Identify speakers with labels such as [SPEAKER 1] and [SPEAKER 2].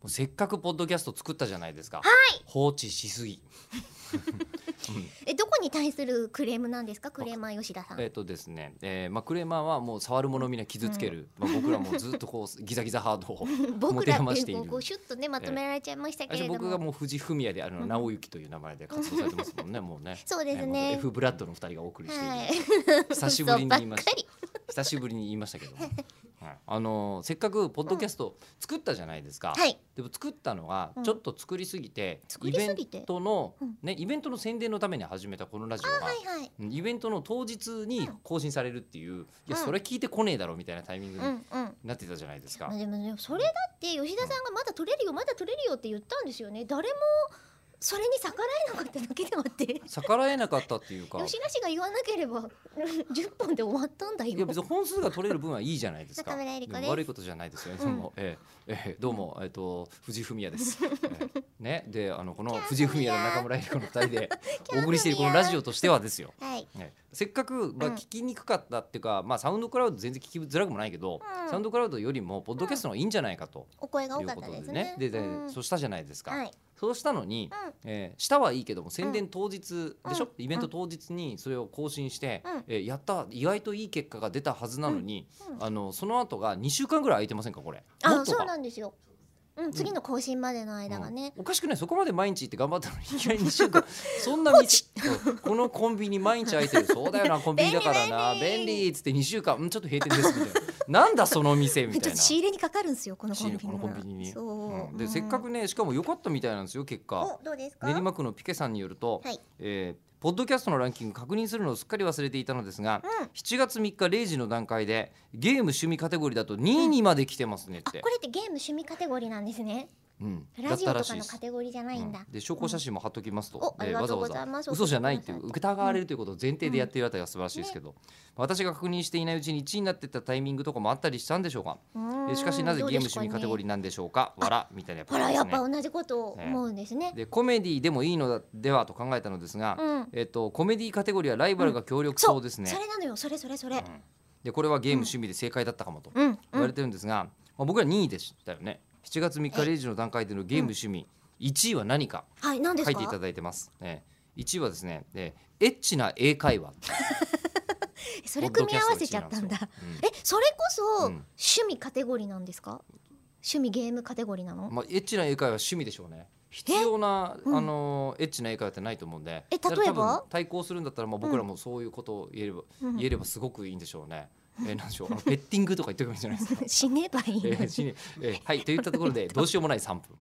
[SPEAKER 1] もうせっかくポッドキャスト作ったじゃないですか、放置しすぎうん
[SPEAKER 2] えどこに対するクレームなんですかクレーマー吉田さん
[SPEAKER 1] えっとですね、えーまあ、クレーマーはもう触るものみんな傷つける、まあ、僕らもずっとこう ギザギザハード を
[SPEAKER 2] 僕
[SPEAKER 1] 持て
[SPEAKER 2] らっ
[SPEAKER 1] 余
[SPEAKER 2] て
[SPEAKER 1] してい
[SPEAKER 2] こ
[SPEAKER 1] る
[SPEAKER 2] うこうシュッとねまとめられちゃいましたけ
[SPEAKER 1] 私
[SPEAKER 2] れど
[SPEAKER 1] 僕が
[SPEAKER 2] も
[SPEAKER 1] もう藤文也であるのは直行という名前で活動されてますもん ねもうね
[SPEAKER 2] そうです
[SPEAKER 1] えーもう
[SPEAKER 2] ね
[SPEAKER 1] F ブラッドの二人がお送りしている、
[SPEAKER 2] はい
[SPEAKER 1] 久しぶりに言い まし
[SPEAKER 2] 嘘ばっか
[SPEAKER 1] た久しぶりに言いました けども、はい、あのーせっかくポッドキャスト作ったじゃないですか、
[SPEAKER 2] はい
[SPEAKER 1] でも作ったのが
[SPEAKER 2] うん
[SPEAKER 1] ちょっと作りすぎて、
[SPEAKER 2] 作
[SPEAKER 1] イ
[SPEAKER 2] り
[SPEAKER 1] ベ
[SPEAKER 2] すぎて
[SPEAKER 1] ントの、
[SPEAKER 2] うん
[SPEAKER 1] ねイベントの宣伝のために始めたこのラジオが
[SPEAKER 2] はいはい
[SPEAKER 1] うんイベントの当日に更新されるっていう、いや
[SPEAKER 2] うん
[SPEAKER 1] それ聞いてこねえだろみたいなタイミング
[SPEAKER 2] う
[SPEAKER 1] に
[SPEAKER 2] んうん
[SPEAKER 1] なってたじゃないですか、
[SPEAKER 2] まあでもねそれだって吉田さんがまだ取れるよまだ取れるよって言ったんですよね誰もそれに逆らえなかっただけであって吉
[SPEAKER 1] 逆らえなかったっていうか
[SPEAKER 2] 田氏が言わなければ10 本で終わったんだ
[SPEAKER 1] いや
[SPEAKER 2] よ
[SPEAKER 1] 別に本数が取れる分はいいじゃないですか。
[SPEAKER 2] 中村江里子です
[SPEAKER 1] も悪いことじゃないですよね。
[SPEAKER 2] うん
[SPEAKER 1] でもええええどうもえっ、と藤井フミヤ です。ええねであのこの藤井フミヤと中村江里子の二人でお
[SPEAKER 2] キャーフミヤ
[SPEAKER 1] 送りしているこのラジオとしてはですよ。
[SPEAKER 2] はい
[SPEAKER 1] ねせっかくまあ
[SPEAKER 2] うん
[SPEAKER 1] 聞きにくかったっていうか、まあサウンドクラウド全然聞きづらくもないけど、
[SPEAKER 2] うん
[SPEAKER 1] サウンドクラウドよりもポッドキャストの方がいいんじゃないかと
[SPEAKER 2] お声が多
[SPEAKER 1] いう
[SPEAKER 2] かっ
[SPEAKER 1] こ
[SPEAKER 2] た
[SPEAKER 1] と
[SPEAKER 2] で
[SPEAKER 1] ですね
[SPEAKER 2] ね。
[SPEAKER 1] でで
[SPEAKER 2] うん
[SPEAKER 1] そうしたじゃないですか。
[SPEAKER 2] はい
[SPEAKER 1] そうしたのに、
[SPEAKER 2] うん
[SPEAKER 1] えーしたはいいけども宣伝当日でしょ、
[SPEAKER 2] うん
[SPEAKER 1] イベント当日にそれを更新して、
[SPEAKER 2] うん
[SPEAKER 1] えーやった意外といい結果が出たはずなのに、
[SPEAKER 2] うんうん
[SPEAKER 1] あのその後が2週間ぐらい空いてませんかこれも
[SPEAKER 2] あ
[SPEAKER 1] っとか
[SPEAKER 2] そうなんですようん次の更新までの間がね
[SPEAKER 1] うんおかしくないそこまで毎日行って頑張ったのにいきなり2週間そ んな道うんこのコンビニ毎日空いてるそうだよなコンビニだからな
[SPEAKER 2] 便利
[SPEAKER 1] 便
[SPEAKER 2] 便利
[SPEAKER 1] 利っつって2週間うんちょっと閉店です みたいななんだその店み
[SPEAKER 2] ち
[SPEAKER 1] たい
[SPEAKER 2] ょっと
[SPEAKER 1] な。
[SPEAKER 2] 仕入れにかかるんですよこのコンビニ
[SPEAKER 1] このコンビニに、
[SPEAKER 2] そううん
[SPEAKER 1] でせっかくねしかも良かったみたいなんですよ結果
[SPEAKER 2] おどうですか
[SPEAKER 1] 練馬区のピケさんによると、
[SPEAKER 2] はい
[SPEAKER 1] えーポッドキャストのランキング確認するのをすっかり忘れていたのですが、
[SPEAKER 2] うん
[SPEAKER 1] 7月3日0時の段階でゲーム趣味カテゴリーだと2位にまで来てますねっ
[SPEAKER 2] あ
[SPEAKER 1] て
[SPEAKER 2] こ、れってゲーム趣味カテゴリーなんですね
[SPEAKER 1] うんだ
[SPEAKER 2] ラ
[SPEAKER 1] っ
[SPEAKER 2] ジ
[SPEAKER 1] た
[SPEAKER 2] オ
[SPEAKER 1] ら
[SPEAKER 2] と
[SPEAKER 1] し
[SPEAKER 2] か
[SPEAKER 1] いで
[SPEAKER 2] の
[SPEAKER 1] す
[SPEAKER 2] カテゴリーじゃないんだ、
[SPEAKER 1] で証拠写真も貼っときますと
[SPEAKER 2] お、あり
[SPEAKER 1] で
[SPEAKER 2] が
[SPEAKER 1] わ
[SPEAKER 2] と
[SPEAKER 1] ざ
[SPEAKER 2] うご
[SPEAKER 1] わ
[SPEAKER 2] ざい
[SPEAKER 1] ざ
[SPEAKER 2] ます
[SPEAKER 1] 嘘じゃないっていう
[SPEAKER 2] 送って
[SPEAKER 1] 疑われるということを前提でやっているあたりが素晴らしいですけど、私が確認していないうちに1位になってったタイミングとかもあったりしたんでしょうか、
[SPEAKER 2] うーん
[SPEAKER 1] えしかしなぜゲ
[SPEAKER 2] どう
[SPEAKER 1] ーム
[SPEAKER 2] でし
[SPEAKER 1] 趣
[SPEAKER 2] ょうね
[SPEAKER 1] 味カテゴリーなんでしょうかわらみたいなやっ
[SPEAKER 2] ほら
[SPEAKER 1] で
[SPEAKER 2] や
[SPEAKER 1] すね
[SPEAKER 2] っぱ同じことを思うんですね
[SPEAKER 1] でコメディでもいいのだではと考えたのですが、
[SPEAKER 2] うん
[SPEAKER 1] えっと、コメディカテゴリーはライバルが強力そうですね、
[SPEAKER 2] それなのよそれそれそれ
[SPEAKER 1] うんでこれはゲーム趣味で正解だったかもと
[SPEAKER 2] うん、う
[SPEAKER 1] 言
[SPEAKER 2] ん
[SPEAKER 1] われてるんですが、まあ、僕ら2位でしたよね7月3日
[SPEAKER 2] え
[SPEAKER 1] 0時の段階でのゲーム趣味、1位は何か
[SPEAKER 2] はい何です
[SPEAKER 1] 書
[SPEAKER 2] か
[SPEAKER 1] いていただいてます、えー、1位はですね、えーエッチな英会話
[SPEAKER 2] えそれ組み合わせちゃったんだえそれこそ
[SPEAKER 1] うん
[SPEAKER 2] 趣味カテゴリーなんですか趣味ゲームカテゴリーなの
[SPEAKER 1] まあ、エッチな英会話は趣味でしょうね必要な、あのーエッチな英会話ってないと思うんで
[SPEAKER 2] え
[SPEAKER 1] だから
[SPEAKER 2] 例えば
[SPEAKER 1] 多分対抗するんだったら、まあ、僕らもそういうことを言えれば、
[SPEAKER 2] うん
[SPEAKER 1] 言えればすごくいいんでしょうね、えーなんでしょうあの ベッティングとか言っておけばいいんじゃないですか
[SPEAKER 2] 死ねばいいの
[SPEAKER 1] え
[SPEAKER 2] に
[SPEAKER 1] ーしえーはいといったところでどうしようもない3分